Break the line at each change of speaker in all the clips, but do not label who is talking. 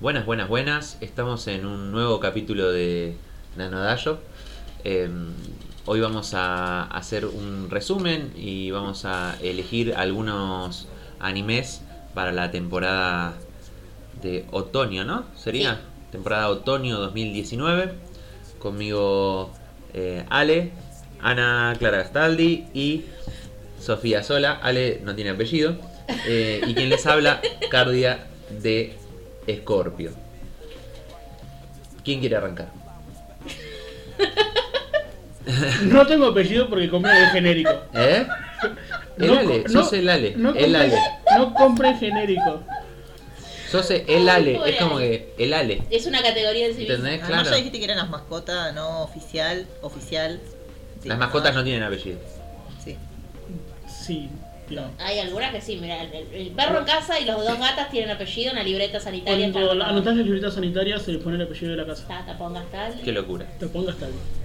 Buenas, buenas, buenas. Estamos en un nuevo capítulo de Nanodayo. Eh, hoy vamos a hacer un resumen y vamos a elegir algunos animes para la temporada de otoño, ¿no? Sería
Sí.
temporada otoño 2019. Conmigo eh, Ale, Ana Clara Gastaldi y Sofía Sola. Ale no tiene apellido. Eh, y quien les habla, Cardia de Escorpio. ¿Quién quiere arrancar?
No tengo apellido porque compré el genérico.
¿Eh? El
No
Ale,
co-
sos
no-
el Ale.
No
el
compré,
Ale.
no compré genérico.
Sos el Ale.
Pobre
Es como que el Ale.
Es una categoría en sí misma.
¿Entendés?
Además
Eh, Claro.
ya dijiste que eran las mascotas, no oficial, oficial. Sí,
Las mascotas no tienen apellido.
Sí.
Sí, no.
Hay algunas que sí, mira, el, el perro en casa y los dos gatas tienen apellido en la libreta sanitaria.
Cuando la- anotás las libretas sanitarias se les pone el apellido de la casa.
Tata, pongas tal.
Qué locura.
Te pongas tal.
Eh.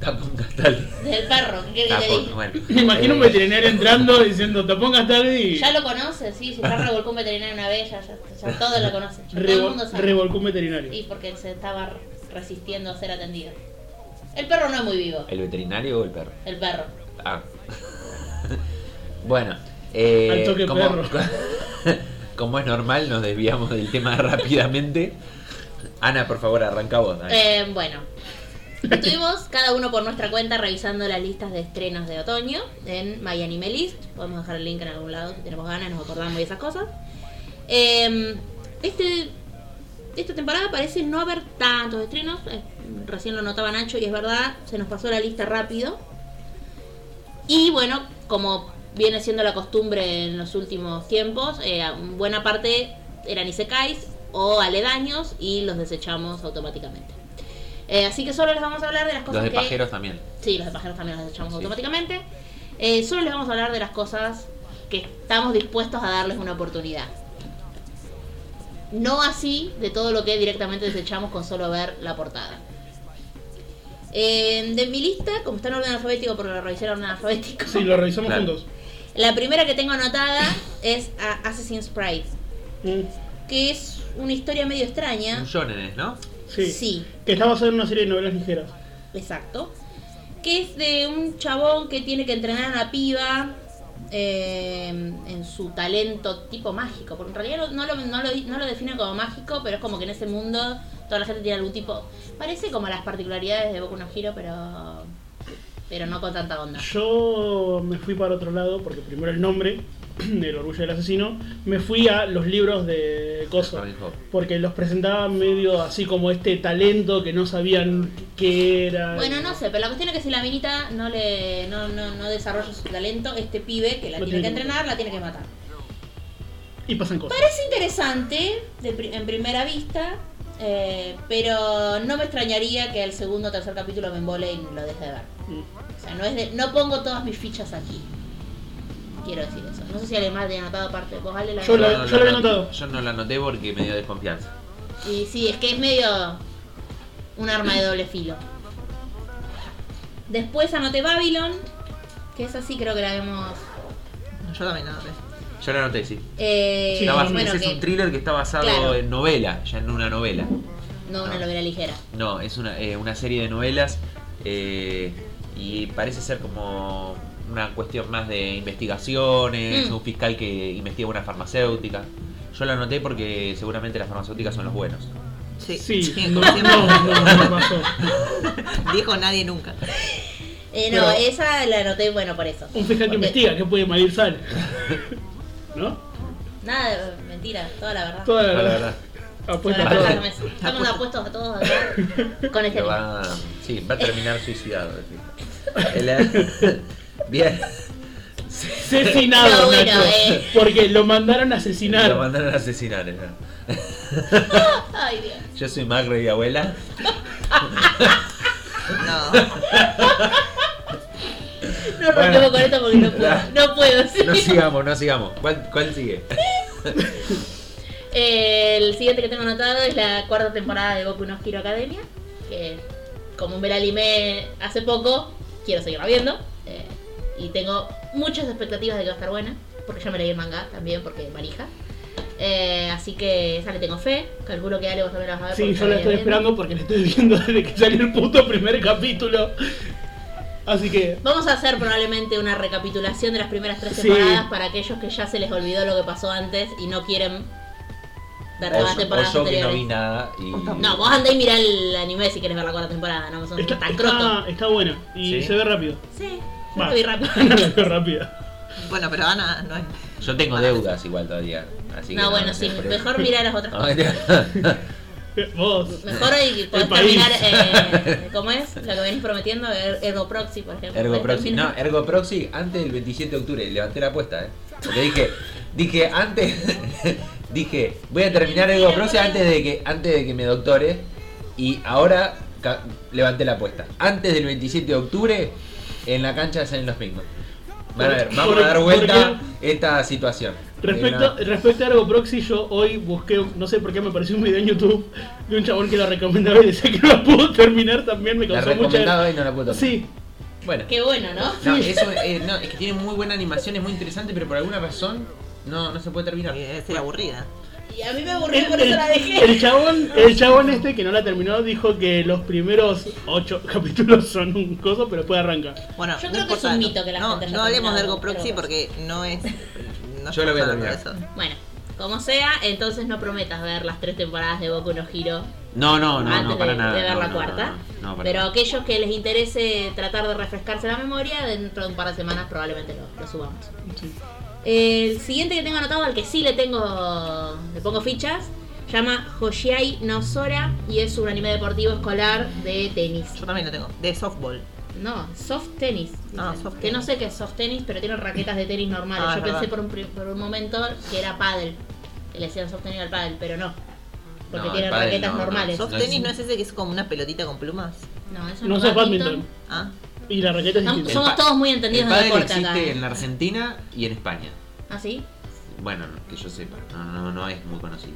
Tapón Castal.
Del perro, ¿qué querés que te
Tapón,
diga?
bueno.
Me imagino un
Eh,
veterinario entrando diciendo te pongas tal y
Ya lo conoces, sí, su perro revolcó un veterinario una vez, ya, ya, ya todo lo conoce. Ya todo el mundo
revol-
sabe.
revolcó un veterinario.
Y porque se estaba resistiendo a ser atendido. El perro no es muy vivo,
¿El veterinario o el perro?
el perro.
Ah. bueno. eh,
Al toque
como,
perro.
como es normal, nos desviamos del tema rápidamente. Ana, por favor, arranca vos. dale.
Eh, bueno, estuvimos cada uno por nuestra cuenta revisando las listas de estrenos de otoño en My Anime List. Podemos dejar el link en algún lado si tenemos ganas, nos acordamos y esas cosas. Eh, este, esta temporada parece no haber tantos estrenos. eh, recién lo notaba Nacho y es verdad, se nos pasó la lista rápido. Y bueno, como viene siendo la costumbre en los últimos tiempos, eh, buena parte eran isekais o aledaños y los desechamos automáticamente. Eh, así que solo les vamos a hablar de las
Los
cosas
de
que...
pajeros también.
Sí, los de pajeros también los desechamos
Sí.
Ah,
automáticamente. Eh, solo les vamos a hablar de las cosas que estamos dispuestos a darles una oportunidad. No así de todo lo que directamente desechamos con solo ver la portada. Eh, de mi lista, como está en orden alfabético, porque lo revisé en orden alfabético,
Sí, lo revisamos
Claro.
juntos.
la primera que tengo anotada es a Assassin's Pride,
Mm,
que es una historia medio
Un
extraña.
shonen es, ¿no?
Sí.
sí.
Que está basado en una serie de novelas ligeras.
Exacto. Que es de un chabón que tiene que entrenar a una piba eh, en su talento tipo mágico. Porque en realidad no, no lo, no, lo, no lo define como mágico, pero es como que en ese mundo toda la gente tiene algún tipo. Parece como las particularidades de Boku no Hero, pero. Pero no con tanta onda.
Yo me fui para otro lado porque primero el nombre del orgullo del asesino. Me fui a los libros de Coso.
Robin Hood.
Porque los presentaba medio así como este talento que no sabían qué era.
Bueno, no sé, pero la cuestión es que si la minita no le no, no, no desarrolla su talento, este pibe que la
Lo tiene
tiene que
que
entrenar la tiene que matar.
Y pasan cosas.
Es interesante de pri- en primera vista, eh, pero no me extrañaría que el segundo o tercer capítulo me embole y lo deje de ver.
Mm.
O sea, no, es de- no pongo todas mis fichas aquí. Quiero decir eso. No sé si además de anotado aparte. Vos, Ale, la
Yo lo-
No,
la-
no
yo lo había
anoté-
notado.
Yo no la anoté porque me dio desconfianza.
Y sí, es que es medio un arma de doble filo. Después anoté Babylon, que es así, creo que la vemos.
Yo también nada. ¿eh?
Yo la anoté, sí.
eh,
Sí,
Está bas-
bueno,
ese
que
es un thriller que está basado
Claro.
en novela, ya en una novela.
no
Ah.
una
no.
novela ligera.
No, es una, eh, una serie de novelas eh, y parece ser como una cuestión más de investigaciones,
Mm.
un fiscal que investiga una farmacéutica. Yo la anoté porque seguramente las farmacéuticas son los buenos.
Sí.
Sí,
Sí,
no,
como siempre.
no, no, no pasó.
Dijo nadie nunca.
Eh, no,
Pero-
esa la anoté, bueno, por eso.
Un fiscal
Porque-
que investiga, que puede malir sal. ¿No?
Nada, de- mentira, toda la verdad.
Toda la,
No, la verdad.
apuesta.
Toda la
toda.
verdad, Estamos estamos apuestos a todos acá con este
Lo
tema.
va, sí, va a terminar suicidado. El- eh, bien.
Asesinado,
No, bueno,
Nacho.
eh.
Porque lo mandaron a asesinar.
Lo mandaron a asesinar. ¿no?
Ay, Dios.
Yo soy Macri y abuela.
No.
No rompemos
Bueno.
con esto porque no puedo. No puedo, sí.
No sigamos, no sigamos. ¿Cuál, cuál sigue?
El siguiente que tengo anotado es la cuarta temporada de Boku no Hero Academia. Que, como un el anime hace poco, quiero seguirla viendo. eh, y tengo muchas expectativas de que va a estar buena. Porque ya me leí el manga también, porque manija. Eh, así que esa le tengo fe. Calculo que Ale vos también la vas a ver.
Sí,
porque
yo la estoy
viene.
esperando porque la estoy viendo desde que salió el puto primer capítulo. Así que.
Vamos a hacer probablemente una recapitulación de las primeras tres
Sí.
temporadas para aquellos que ya se les olvidó lo que pasó antes y no quieren ver
O,
las
yo- o
temporadas
yo que no vi
anteriores.
nada y.
No, vos andá y mirá el anime si querés ver la cuarta temporada, no son
Está,
tan croto.
está, está buena y
Sí.
se ve rápido.
Sí, yo
Va.
lo vi rápido.
No la veo rápido.
Bueno, pero Ana no es.
Yo tengo deudas igual todavía. Así que
Ah, No, bueno, sí,
por eso.
mejor mirá las otras
No,
cosas.
mentira.
Vos.
Mejor ahí podés
país.
terminar, eh, ¿cómo es? Lo que venís prometiendo, er- Ergo Proxy, por ejemplo.
Ergo
Podés
Proxy. No, er-.
terminar.
Ergo Proxy antes del 27 de octubre. Levanté la apuesta, ¿eh? Porque dije, dije antes, dije, voy a terminar Ergo Proxy antes de que, antes de que me doctore. Y ahora ca- levanté la apuesta. Antes del 27 de octubre, en la cancha hacen los mismos. Van a ver, vamos a dar vuelta esta situación. Eh,
Respecto, respecto a Ergo Proxy, yo hoy busqué, no sé por qué me apareció un video en YouTube de un chabón que lo recomendaba y decía que no lo pudo terminar también, me
la
causó mucha.
recomendaba y no la puedo tomar.
Sí,
Bueno.
Qué bueno, ¿no?
No, eso, eh, no, es que tiene muy buena animación, es muy interesante, pero por alguna razón no, no se puede terminar.
Debe ser eh, aburrida.
Y a mí me aburrió, por
El,
eso la
el-
dejé.
el chabón, el chabón este que no la terminó dijo que los primeros ocho capítulos son un coso, pero después arranca.
Bueno,
Yo
no
creo que es un
importa,
mito que la
no,
gente haya
No hablemos de
terminado
algo proxy
Ergo
porque no es. No
Yo lo voy a
estamos hablando de
terminar.
eso.
Bueno, como sea, entonces no prometas ver las tres temporadas de Boku no Hiro
No, no, no,
antes
no,
de,
para nada.
de ver
no,
la
no,
cuarta.
no, no, no, para
Pero
nada.
aquellos que les interese tratar de refrescarse la memoria, dentro de un par de semanas probablemente lo, lo subamos. El siguiente que tengo anotado, al que sí le tengo, le pongo fichas, llama Hoshiai no Sora y es un anime deportivo escolar de tenis.
Yo también lo tengo. De softball.
No, soft tenis.
Ah,
dicen.
soft
que no
tenis.
sé qué es soft tenis, pero tienen raquetas de tenis normales.
Ah,
Yo
es
pensé
verdad.
por un, pri- por un momento que era paddle, que le decían soft tenis al paddle, pero no. Porque
No,
tienen
el pádel
raquetas
no, no.
normales.
Soft-
Soft
No es-
tenis no es ese que es como una pelotita con plumas.
No, eso
No
es
sé, badminton.
Ah,
Y la raqueta es
Estamos-
distinta.
somos
pa-
todos muy
El
entendidos en
pádel
deporte
existe
acá. ¿eh?
en la Argentina y en España.
¿Ah, sí?
Bueno, no, que yo sepa, no, no, no es muy conocido.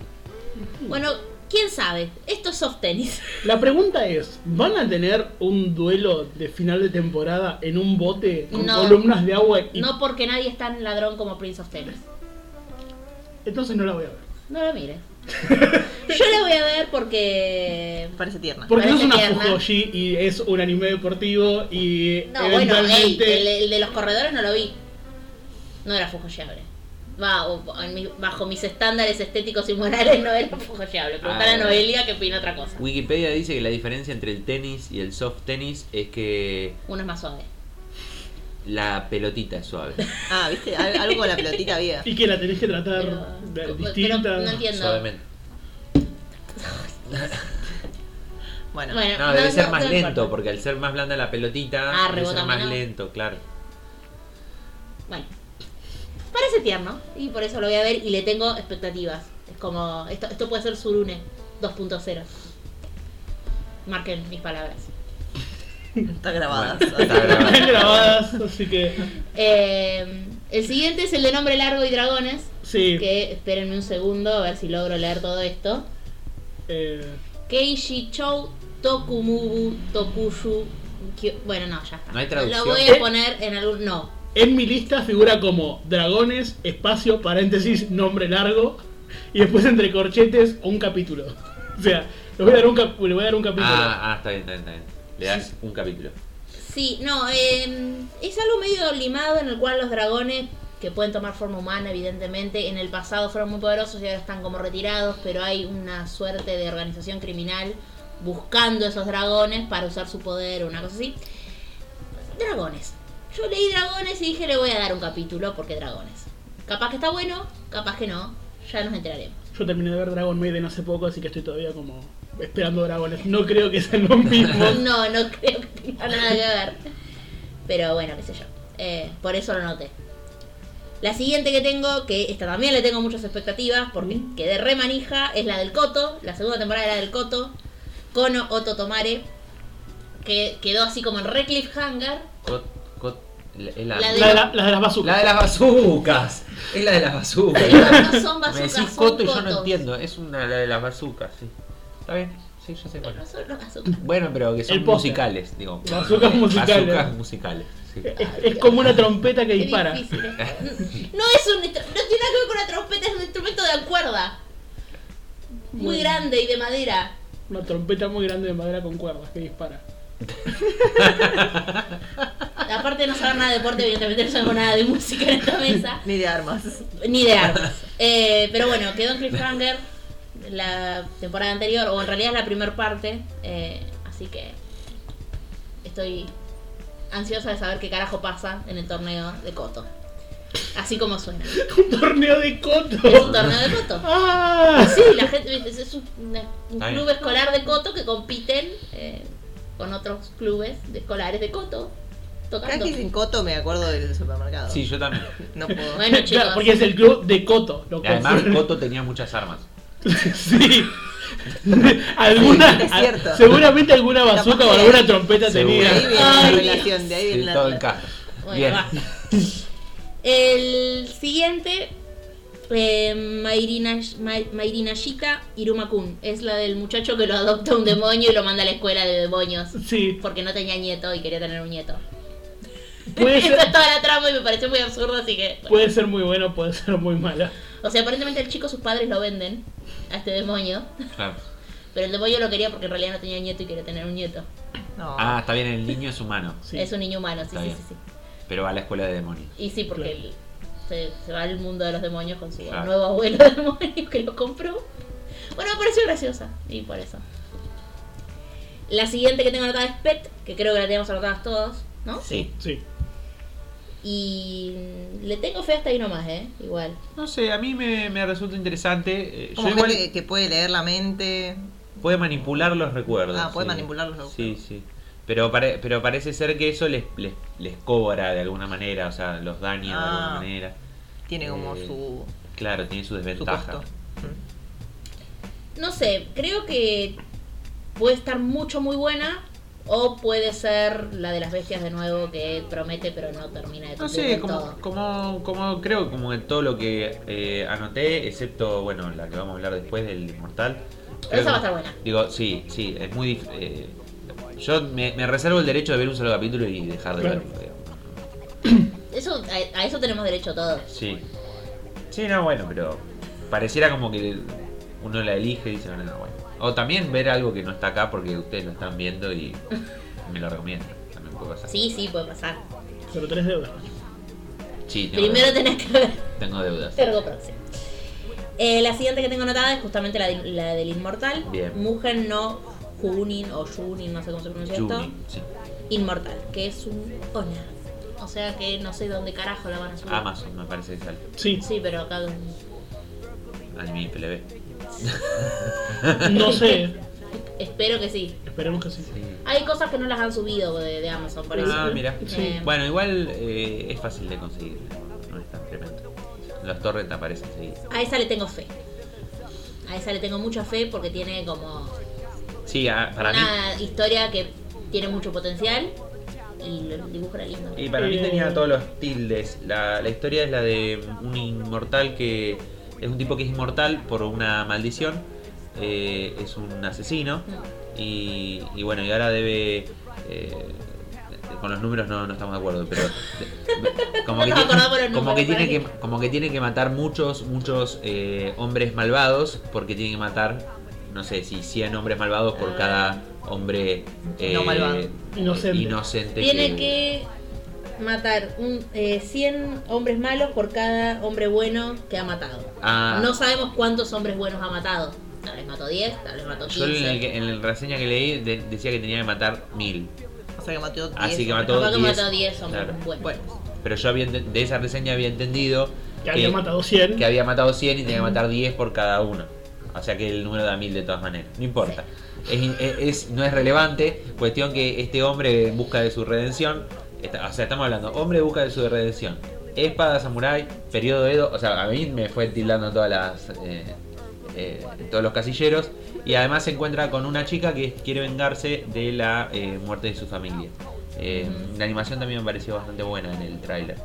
Bueno, quién sabe. Esto es soft tenis.
La pregunta es, ¿van a tener un duelo de final de temporada en un bote con
No.
columnas de agua? Y...
No porque nadie es tan ladrón como Prince of Tennis.
Entonces no la voy a ver.
No lo mires. Yo la voy a ver porque.
parece tierna.
Porque no es
Parece
una
tierna.
Fujoshi y es un anime deportivo y
No, bueno, ey,
eventualmente...
el, el de los corredores no lo vi. No era fujoyable. Va, o- en mi- bajo mis estándares estéticos y morales no era fujoyable. Preguntale a
Ah.
Noelia que opina otra cosa.
Wikipedia dice que la diferencia entre el tenis y el soft tenis es que
Uno es más suave.
la pelotita es suave.
Ah, viste, Al- algo con la pelotita vieja.
Y que la tenés que tratar
Pero,
de-
pero
distinta.
no entiendo.
Suavemente.
Bueno,
Bueno,
No, debe
Eh, no,
ser
no,
más
no
lento,
importa.
porque al ser más blanda la pelotita,
Ah,
debe ser
rebota
más
menos.
lento, claro.
Bueno, parece tierno y por eso lo voy a ver y le tengo expectativas. Es como, esto, esto puede ser Surune 2.0. Marquen mis palabras.
está grabada.
Bueno, está grabado.
Están grabadas, así que...
Eh, el siguiente es el de nombre largo y dragones.
Sí.
Que espérenme un segundo a ver si logro leer todo esto.
eh,
Keishi Chou Tokumubu Tokushu. Kyo- Bueno, no, ya está.
¿No hay traducción?
Lo voy a poner en algún. No.
En mi lista figura como dragones, espacio, paréntesis, nombre largo y después entre corchetes un capítulo. O sea, le voy a dar un, cap- le voy a dar un capítulo.
Ah, ah, está bien, está bien, está bien. Le das un capítulo.
Sí, no, eh, es algo medio limado en el cual los dragones, que pueden tomar forma humana, evidentemente, en el pasado fueron muy poderosos y ahora están como retirados, pero hay una suerte de organización criminal buscando esos dragones para usar su poder o una cosa así. Dragones. Yo leí dragones y dije le voy a dar un capítulo porque dragones. Capaz que está bueno, capaz que no, ya nos enteraremos.
Yo terminé de ver Dragon Maiden hace poco, así que estoy todavía como esperando dragones. No creo que sean los mismos.
No, no creo que tenga nada que ver. Pero bueno, qué sé yo. Eh, por eso lo noté. La siguiente que tengo, que esta también le tengo muchas expectativas, porque
Mm.
quedé re manija, es la del Coto, la segunda temporada de la del Coto, Kono Oto Tomare, que quedó así como en re cliffhanger.
Cot, cot, la, es la,
La
La de, la- la de las
La
bazucas.
de las bazucas. Es la de las bazucas.
Pero no son
Me
bazookas,
decís
son
coto y yo
cotos.
no entiendo. Es una la de las bazucas, sí. Está bien, sí, yo sé cuál
No
es.
son los bazookas.
Bueno, pero que son
El póster.
musicales, digo.
Bazucas musicales.
Bazucas musicales. sí.
Es, es como una trompeta que
Qué
dispara.
difícil. No es un instru- no tiene nada que ver con una trompeta, es un instrumento de cuerda. Muy
Bueno.
grande y de madera.
Una trompeta muy grande de madera con cuerdas que dispara.
Aparte de no saber nada de deporte, evidentemente no sabemos nada de música en esta mesa.
Ni de armas.
Ni de armas. Eh, pero bueno, quedó en Cliffhanger la temporada anterior, o en realidad es la primera parte. eh, así que estoy ansiosa de saber qué carajo pasa en el torneo de Coto. Así como suena.
Un torneo de
Es un
coto.
torneo de Coto.
¡Ah!
Sí, la gente es, es un, una- un
Está bien.
club escolar de Coto que compiten eh, con otros clubes de escolares de Coto. Tocando.
Cranky sin coto me acuerdo del supermercado.
Sí, yo también.
No puedo.
Bueno, chicos.
Claro, porque es el club de coto. Lo
Y además,
confunden.
Coto tenía muchas armas.
Sí. alguna,
Sí, es cierto.
a- seguramente alguna bazooka o
Capaz que-
alguna trompeta
Seguro.
De ahí
tenía.
viene la
Ay,
relación, de ahí
Sí,
viene la
todo
relación.
encaja.
Bueno,
Bien.
va. El siguiente, eh, Mairina, Ma- Mairina Shita Irumakun. Es la del muchacho que lo adopta un demonio y lo manda a la escuela de demonios.
Sí,
Porque no tenía nieto y quería tener un nieto.
puede
Esa
ser,
es toda la trama y me pareció muy absurdo, así que. bueno.
puede ser muy bueno, puede ser muy mala.
O sea, aparentemente el chico, sus padres lo venden a este demonio.
Claro.
Pero el demonio lo quería porque en realidad no tenía nieto y quería tener un nieto.
No.
Ah, está bien, el niño es humano,
Sí.
Es un niño humano, sí,
Está
sí,
bien.
sí, sí.
pero va a la escuela de demonios.
Y sí, porque
Claro.
él se, se va al mundo de los demonios con su
Claro.
nuevo abuelo demonio que lo compró. Bueno, me pareció graciosa y por eso. La siguiente que tengo anotada es Pet, que creo que la teníamos anotadas todos, ¿no?
Sí.
Sí.
Y le tengo fe hasta ahí nomás, ¿eh? Igual.
No sé, a mí me, me resulta interesante. Eh, Yo
Como
igual
gente que puede leer la mente.
puede manipular los recuerdos.
Ah, puede manipular los
Sí,
recuerdos.
sí. Pero, pare- pero parece ser que eso les, les, les cobra de alguna manera, o sea, los daña de alguna
Ah.
manera.
Tiene como
Eh,
su,
Claro, tiene su
su
desventaja.
costo. Mm.
No sé, creo que puede estar mucho muy buena o puede ser la de las bestias de nuevo que promete pero no termina de
No
cumplir
sé,
del
como,
todo.
como, como creo como en todo lo que eh, anoté, excepto, bueno, la que vamos a hablar después del Inmortal.
Pero
creo
esa va a
que-
estar buena.
Digo, sí, sí, es muy dif- eh, Yo me, me reservo el derecho de ver un solo capítulo y dejar de
Claro.
verlo. digamos.
Eso, a, a eso tenemos derecho todos.
Sí. Sí, no, bueno, pero pareciera como que uno la elige y dice, no, no, bueno. O también ver algo que no está acá porque ustedes lo están viendo y me lo recomiendan. También puede pasar.
Sí, sí, puede pasar.
Pero tres deudas.
Sí, tengo
Primero
deudas.
tenés que ver
Tengo deudas.
Ergo Proxy. Eh, la siguiente que tengo anotada es justamente la, de- la del Inmortal.
Bien.
Mugen no Junin o Junin, no sé cómo se pronuncia esto.
Juni, sí.
Inmortal, que es un ONA. O sea que no sé dónde carajo la van a subir.
Amazon me parece que sale.
Sí.
Sí, pero acá.
Anime PLB.
No sé.
Espero que sí.
Esperemos que sí.
Hay cosas que no las han subido de, de Amazon, por eso.
Ah, mira.
Sí.
Bueno, igual eh, es fácil de conseguir. No es tan tremendo. Los torrent aparecen seguidos.
A esa le tengo fe. A esa le tengo mucha fe porque tiene como
Sí, ah, para mí.
una historia que tiene mucho potencial y lo dibujo era lindo.
Y para mí
Eh.
tenía todos los tildes. La, la historia es la de un inmortal que es un tipo que es inmortal por una maldición. Eh, es un asesino.
Mm.
Y, y bueno, y ahora debe... eh, con los números no, no estamos de acuerdo, pero de- como,
No
que
nos
tiene,
acordamos los
como que
números,
tiene que
parece.
como que tiene que matar muchos muchos eh, hombres malvados porque tiene que matar no sé si 100 hombres malvados por
Ah.
cada hombre eh,
No malvado.
Inocente.
inocente
Tiene que matar un, eh, 100 hombres malos por cada hombre bueno que ha matado.
Ah.
No sabemos cuántos hombres buenos ha matado. Tal vez mató 10, tal vez mató
Yo
15.
en el, que- en el reseña que leí de- decía que tenía que matar mil.
O sea que mató 10.
Así que mató
Capaz que
10.
mató 10 hombres
Claro.
buenos.
Bueno,
Pero yo había, enten- de esa reseña había entendido
Que había matado 100.
que había matado 100 y tenía que matar 10 por cada uno. O sea que el número da mil de todas maneras. No importa. Es in- Es, es- no es relevante. Cuestión que este hombre en busca de su redención. está- o sea, estamos hablando. Hombre en busca de su redención. Espada, samurái, periodo Edo. O sea, a mí me fue tildando todas las, eh, eh, todos los casilleros. Y además se encuentra con una chica que quiere vengarse de la eh, muerte de su familia. Eh,
Ujú.
La animación también me pareció bastante buena en el tráiler.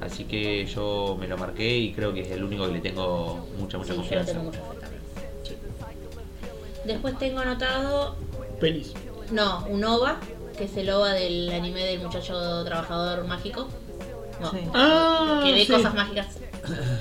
Así que yo me lo marqué y creo que es el único que le tengo mucha, mucha
Sí, yo le
confianza.
tengo mucha fe también. Después tengo anotado,
Pelis.
no, un OVA que es el OVA del anime del muchacho trabajador mágico. No,
Sí.
Ah,
que ve
sí.
cosas mágicas.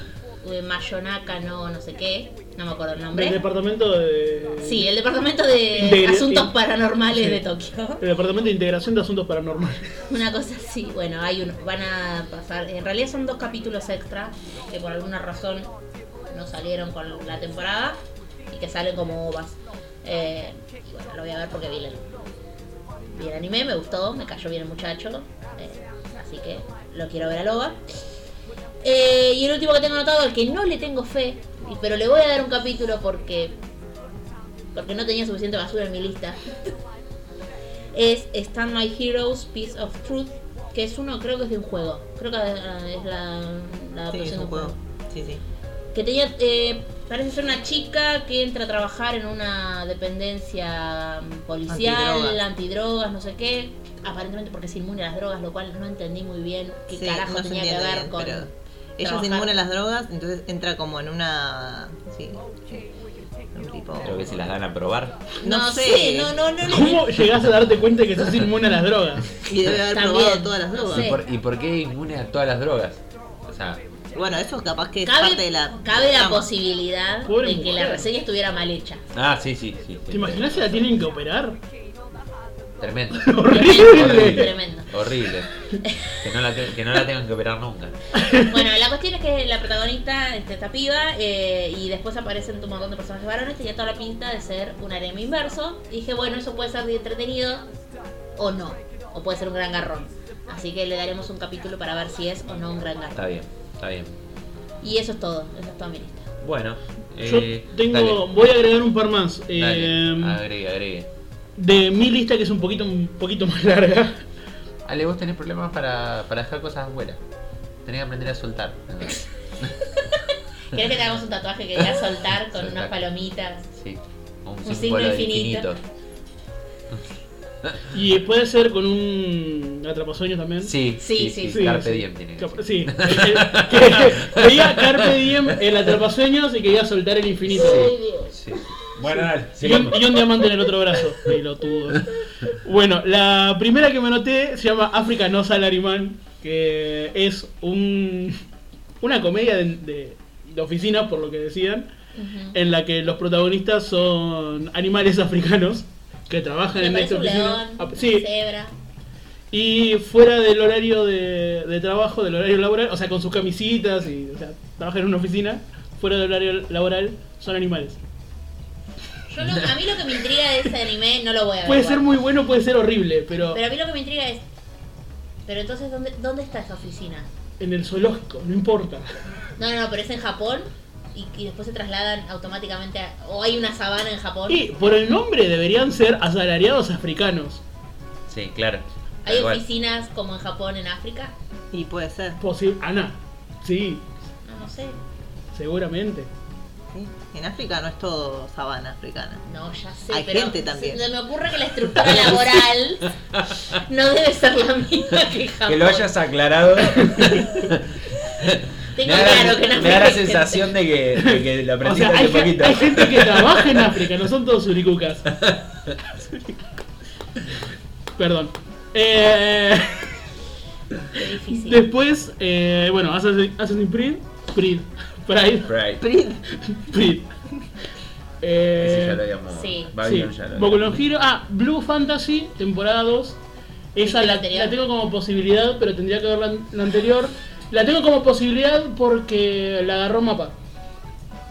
De Mayonaka, no, no sé qué. No me acuerdo el
Del
nombre.
departamento de.
Sí, el departamento de
Del-
asuntos
sí.
paranormales
Sí.
de Tokio.
El departamento de integración de asuntos paranormales.
Una cosa así, bueno, hay uno, van a pasar, en realidad son dos capítulos extra que por alguna razón no salieron con la temporada y que salen como ovas. Eh, y bueno, lo voy a ver porque vi el, vi el anime, me gustó, me cayó bien el muchacho, eh, así que lo quiero ver al ova. Eh, y el último que tengo anotado, al que no le tengo fe, y- pero le voy a dar un capítulo porque porque no tenía suficiente basura en mi lista, es Stand My Heroes Piece of Truth, que es uno, creo que es de un juego. Creo que eh, es la, la
Sí, es
adaptación de
un juego. Sí, sí.
Que tenía, eh, parece ser una chica que entra a trabajar en una dependencia mm, policial,
Antidrogas.
antidrogas, no sé qué. Aparentemente porque es inmune a las drogas, lo cual no entendí muy bien qué
Sí,
carajo
no se
tenía que
entiende
ver
bien,
con...
pero Ella
trabajar.
se inmune a las drogas, entonces entra como en una. Sí. sí, Un tipo.
Creo que se las dan a probar.
No, sé, no, no, no. no.
¿Cómo llegás a darte cuenta que estás inmune a las drogas?
Y debe haber
También,
probado todas las
no
drogas.
Sí.
¿Y por, y por qué inmune a todas las drogas? O sea,
Bueno, eso capaz que es
Cabe,
parte de la.
cabe la
trama.
posibilidad
Pobre
de que la
mujer.
reseña estuviera mal hecha.
ah, sí, sí, sí. sí.
¿Te imaginas si la tienen que operar?
Tremendo.
¡Horrible!
Tremendo.
Horrible. Que no, la te- que no la tengan que operar nunca.
Bueno, la cuestión es que la protagonista, este, esta piba, eh, y después aparecen un montón de personajes varones, tenía toda la pinta de ser un harem inverso. Y dije, bueno, eso puede ser de entretenido o no, o puede ser un gran garrón. Así que le daremos un capítulo para ver si es o no un gran garrón.
Está bien, está bien.
Y eso es todo, eso es toda mi lista.
Bueno,
Yo
eh,
tengo.
dale,
Voy a agregar un par más.
dale,
Em,
agregue, agregue.
de mi lista que es un poquito, un poquito más larga.
Ale, vos tenés problemas para, para dejar cosas buenas. Tenés que aprender a soltar. ¿entendés?
¿Querés que te hagamos un tatuaje que diga soltar con
Soltar.
unas palomitas?
Sí. Un,
signo
símbolo de
infinito.
infinito.
¿Mm? Y puede ser con un atrapasueños también.
Sí,
Sí,
sí,
sí,
sí,
sí.
Carpe
Sí.
diem tiene que
Cap-
ser.
Sí. Que- Quería Carpe Diem el atrapasueños y quería soltar el infinito.
Sí.
Bueno, dale,
Y un,
sigamos.
y un diamante en el otro brazo. Pelotudo. Bueno, la primera que me anoté se llama África No Salaryman. Que es un, una comedia de, de, de oficina, por lo que decían.
Ujú.
En la que los protagonistas son animales africanos que trabajan
Me
en esta
parece un
oficina.
león,
Ah,
una
Sí,
cebra.
y fuera del horario de, de trabajo, del horario laboral, o sea, con sus camisitas y, o sea, trabajan en una oficina, fuera del horario laboral, son animales.
Yo lo- a mí lo que me intriga de ese anime, no lo voy a ver.
Puede ser muy bueno, puede ser horrible, pero
Pero a mí lo que me intriga es. Pero entonces, ¿dónde, dónde está esa oficina?
en el zoológico, no importa.
No, no, no, pero es en Japón y, y después se trasladan automáticamente a. O hay una sabana en Japón.
Y por el nombre deberían ser asalariados africanos.
Sí, claro.
Hay
Tal cual.
oficinas como en Japón, en África.
Y puede ser.
Posible. Ana, sí,
No, no sé.
seguramente.
¿sí? En África no es todo sabana africana.
No, ya sé.
Hay
pero
gente también.
Se, se me ocurre que la estructura laboral no debe ser la misma que en Japón.
Que lo hayas aclarado.
Tengo
me da,
claro
la,
que en
me da la
África hay
sensación de que, de que lo
O
aprendiste
sea, hay,
hace poquito.
ge- hay gente que trabaja en África, no son todos suricucas. Perdón. Eh...
gente- Qué difícil.
Después, eh, bueno, Assassin- Assassin's Creed, Creed, Pride,
Right.
Prid.
Creed.
Ese ya lo
Eh,
habíamos.
sí.
Babylon ya lo habíamos.
Boku no Hero. Ah, Blue Fantasy, temporada 2. Esa
¿Viste la
la,
anterior?
la tengo como posibilidad, pero tendría que ver la, la anterior. La tengo como posibilidad porque la agarró mapa.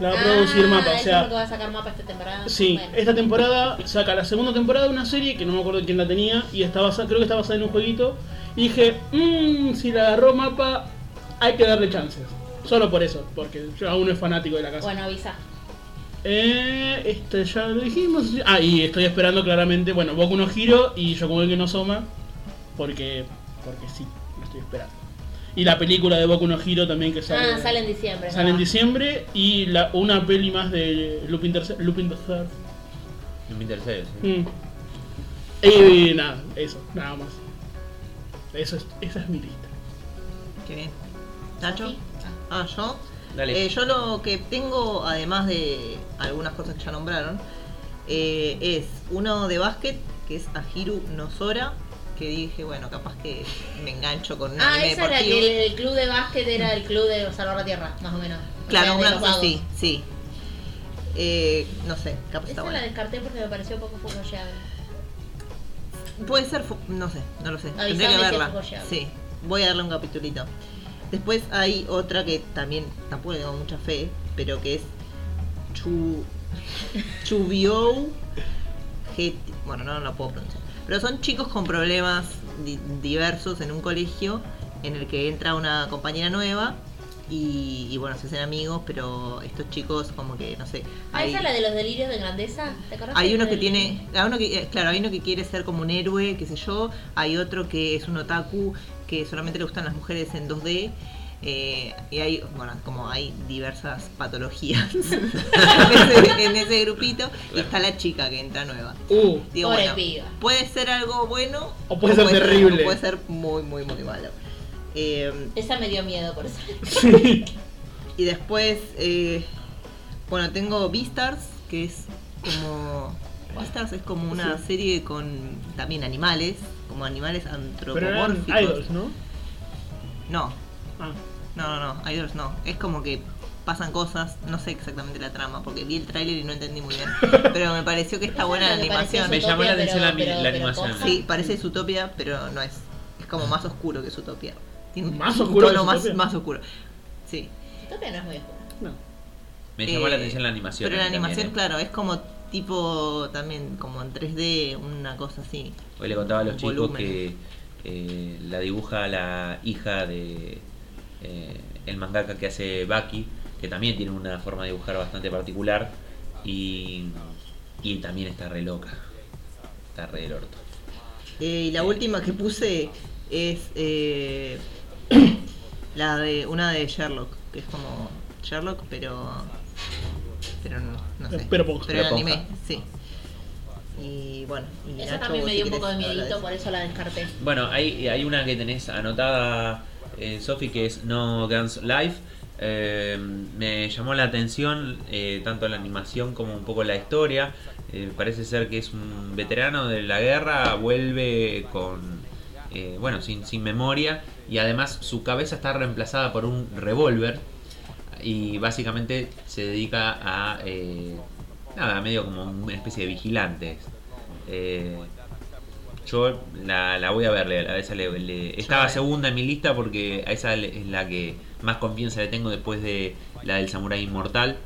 La va a producir
ah,
mapa, o
eso es lo que
sea.
va a sacar mapa esta temporada.
Sí,
Bueno.
esta temporada saca la segunda temporada de una serie que no me acuerdo quién la tenía y está basa- creo que está basada en un jueguito. Y dije, mmm, si la agarró mapa, hay que darle chances. Solo por eso, porque yo aún no es fanático de la casa.
Bueno, avisa.
Eh, este ya lo dijimos. Ah, y estoy esperando claramente, bueno, Boku no Hiro y Shokugeki no Soma, porque, porque sí, lo estoy esperando. Y la película de Boku no Hiro también que sale.
ah, sale en diciembre.
sale en
¿no?
diciembre y la, una peli más de Lupin, Terce- Lupin the Third.
En mi tercero, sí.
Mm. Y, nada, eso, nada más. Eso es, esa es mi lista.
Qué bien. Nacho.
Sí.
Ah, yo.
Dale.
Eh, yo lo que tengo, además de algunas cosas que ya nombraron, eh, es uno de básquet, que es Ahiru Nosora, que dije, bueno, capaz que me engancho con un
Ah,
anime
esa era
deportivo.
que el, el club de básquet era el club de Salvar la Tierra, más o menos. O sea,
Claro,
de
una
los
cosa
vagos.
así, sí. Eh, no sé, capaz está
Esa la
bueno.
descarté porque me pareció poco fugoyable.
Puede ser, fu- no sé, no lo sé.
Avisame
Tendría que
si es
verla.
fugoyable.
Sí, voy a darle un capitulito. Después hay otra que también tampoco le tengo mucha fe, pero que es Chu Chubiou Geti- Bueno, no, no lo puedo pronunciar. Pero son chicos con problemas di- diversos en un colegio en el que entra una compañera nueva y, y bueno, se hacen amigos, pero estos chicos como que, no sé.
Ah,
hay-
esa es la de los delirios de grandeza. ¿Te acuerdas?
hay uno que
Del-
tiene, hay uno que, eh, claro, hay uno que quiere ser como un héroe, qué sé yo, hay otro que es un otaku que solamente le gustan las mujeres en 2D. eh, y hay, bueno, como hay diversas patologías en, ese, en ese grupito. Y está la chica que entra nueva.
Uh,
Digo,
Pobre
bueno,
piba.
puede ser algo bueno
O puede ser terrible.
o puede ser muy, muy, muy malo. Eh,
Esa me dio miedo por eso.
sí.
y después, eh, bueno, tengo Beastars, que es como. Beastars es como una serie con también animales, como animales
Pero eran
antropomórficos.
idols, ¿no?
No,
Ah,
no, no, no, idols no. Es como que pasan cosas, no sé exactamente la trama, porque vi el tráiler y no entendí muy bien. Pero me pareció que
Esa
está buena la
es la que parece
animación.
Me llamó la atención la, mi- la
Pero- pero- pero
animación.
posta.
Sí, parece Zootopia, pero no es. Es como más oscuro que Zootopia. Tiene un
¿Más oscuro que
tono más,
Zootopia?
más oscuro. Sí.
Utopia no es muy oscura.
no.
Me llamó la
Eh,
atención la animación.
Pero la
a mí
animación,
también, ¿eh?
claro, es como tipo también como en 3D, una cosa así.
Hoy le contaba a los chicos
Volumen.
que eh, la dibuja la hija de eh, el mangaka que hace Baki, que también tiene una forma de dibujar bastante particular y, y también está re loca. Está re del orto.
Eh, y la última que puse es eh, la de una de Sherlock, que es como Sherlock, pero pero no, no sé.
Pero ponja.
en
Pero ponja.
anime, sí. Y bueno, y
Esa
Nacho,
también
vos
me
si
dio un
querés
poco de
hablar
miedito, pues.
eso.
por eso la descarté.
Bueno, hay, hay una que tenés anotada, eh, Sofi, que es No Guns Life. Eh, me llamó la atención eh, tanto la animación como un poco la historia. Eh, parece ser que es un veterano de la guerra, vuelve con, eh, bueno, sin, sin memoria y además su cabeza está reemplazada por un revólver y básicamente se dedica a, eh, nada, medio como una especie de vigilantes. Eh, yo la, la voy a ver, le- a esa le, le- estaba
la vi.
segunda en mi lista porque a esa le- es la que más confianza le tengo después de la del Samurai Inmortal.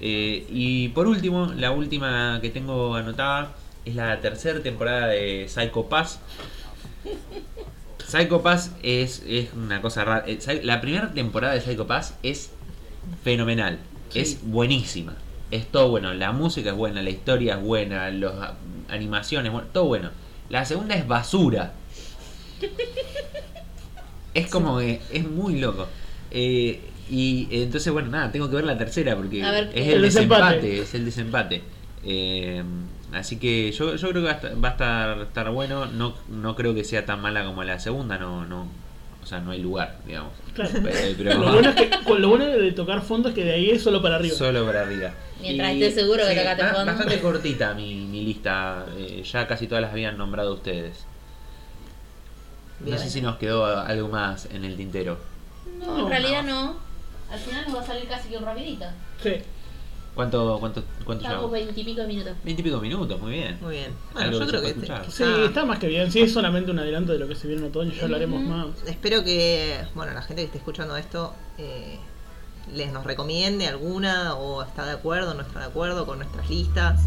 Eh, y por último, la última que tengo anotada es la tercera temporada de Psycho Pass. Psycho Pass es, es una cosa rara. Eh, Psy- La primera temporada de Psycho Pass es fenomenal.
Sí.
Es buenísima. Es todo bueno. La música es buena, la historia es buena, las animaciones, bueno, todo bueno. La segunda es basura. Es como que es muy loco. Eh, y eh, entonces, bueno, nada, tengo que ver la tercera porque
A ver,
es
¿qué?
el
El
desempate,
desempate.
es el desempate. Eh, así que yo, yo creo que va a estar, va a estar, estar bueno. No, no creo que sea tan mala como la segunda, no, no, o sea, no hay lugar, digamos.
Claro.
Eh, Pero
Lo bueno, es que, con lo bueno de tocar fondo es que de ahí es solo para arriba.
Solo para arriba.
Mientras estés seguro que tocaste
ba-
fondo.
Bastante cortita mi, mi lista. eh, ya casi todas las habían nombrado ustedes. No
Bien.
sé si nos quedó a- algo más en el tintero.
No, en realidad no. Al final nos va a salir casi que un rapidito.
Sí.
¿Cuánto, cuánto, cuánto
Estamos
llevamos?
veintipico minutos.
Veintipico minutos, muy bien.
Muy bien. Bueno,
Algo
yo
que
creo
se
que
puede
este-
escuchar.
Sí,
quizá-
está más que bien. Sí, es solamente un adelanto de lo que se viene en otoño. Ya hablaremos
Ujú.
más.
Espero que, bueno, la gente que esté escuchando esto eh, les nos recomiende alguna o está de acuerdo, no está de acuerdo con nuestras listas.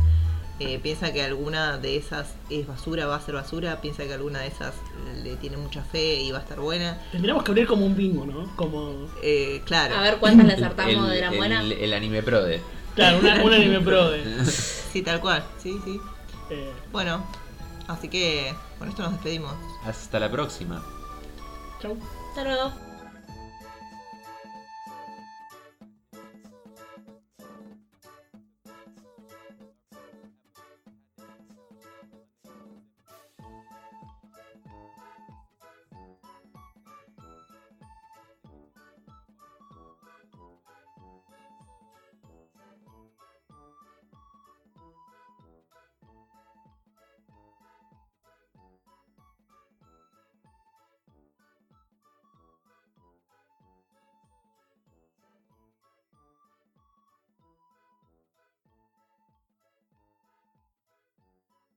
Eh, piensa que alguna de esas es basura, va a ser basura. Piensa que alguna de esas le tiene mucha fe y va a estar buena.
Tendríamos que abrir como un bingo, ¿no? Como.
Eh, claro,
A ver cuántas las
El-
hartamos de la
el-
buena.
El, anime pro de.
Claro, una, un anime pro de.
sí, tal cual. Sí, sí.
eh,
Bueno, así que con esto nos despedimos.
Hasta la próxima.
chau.
Hasta luego.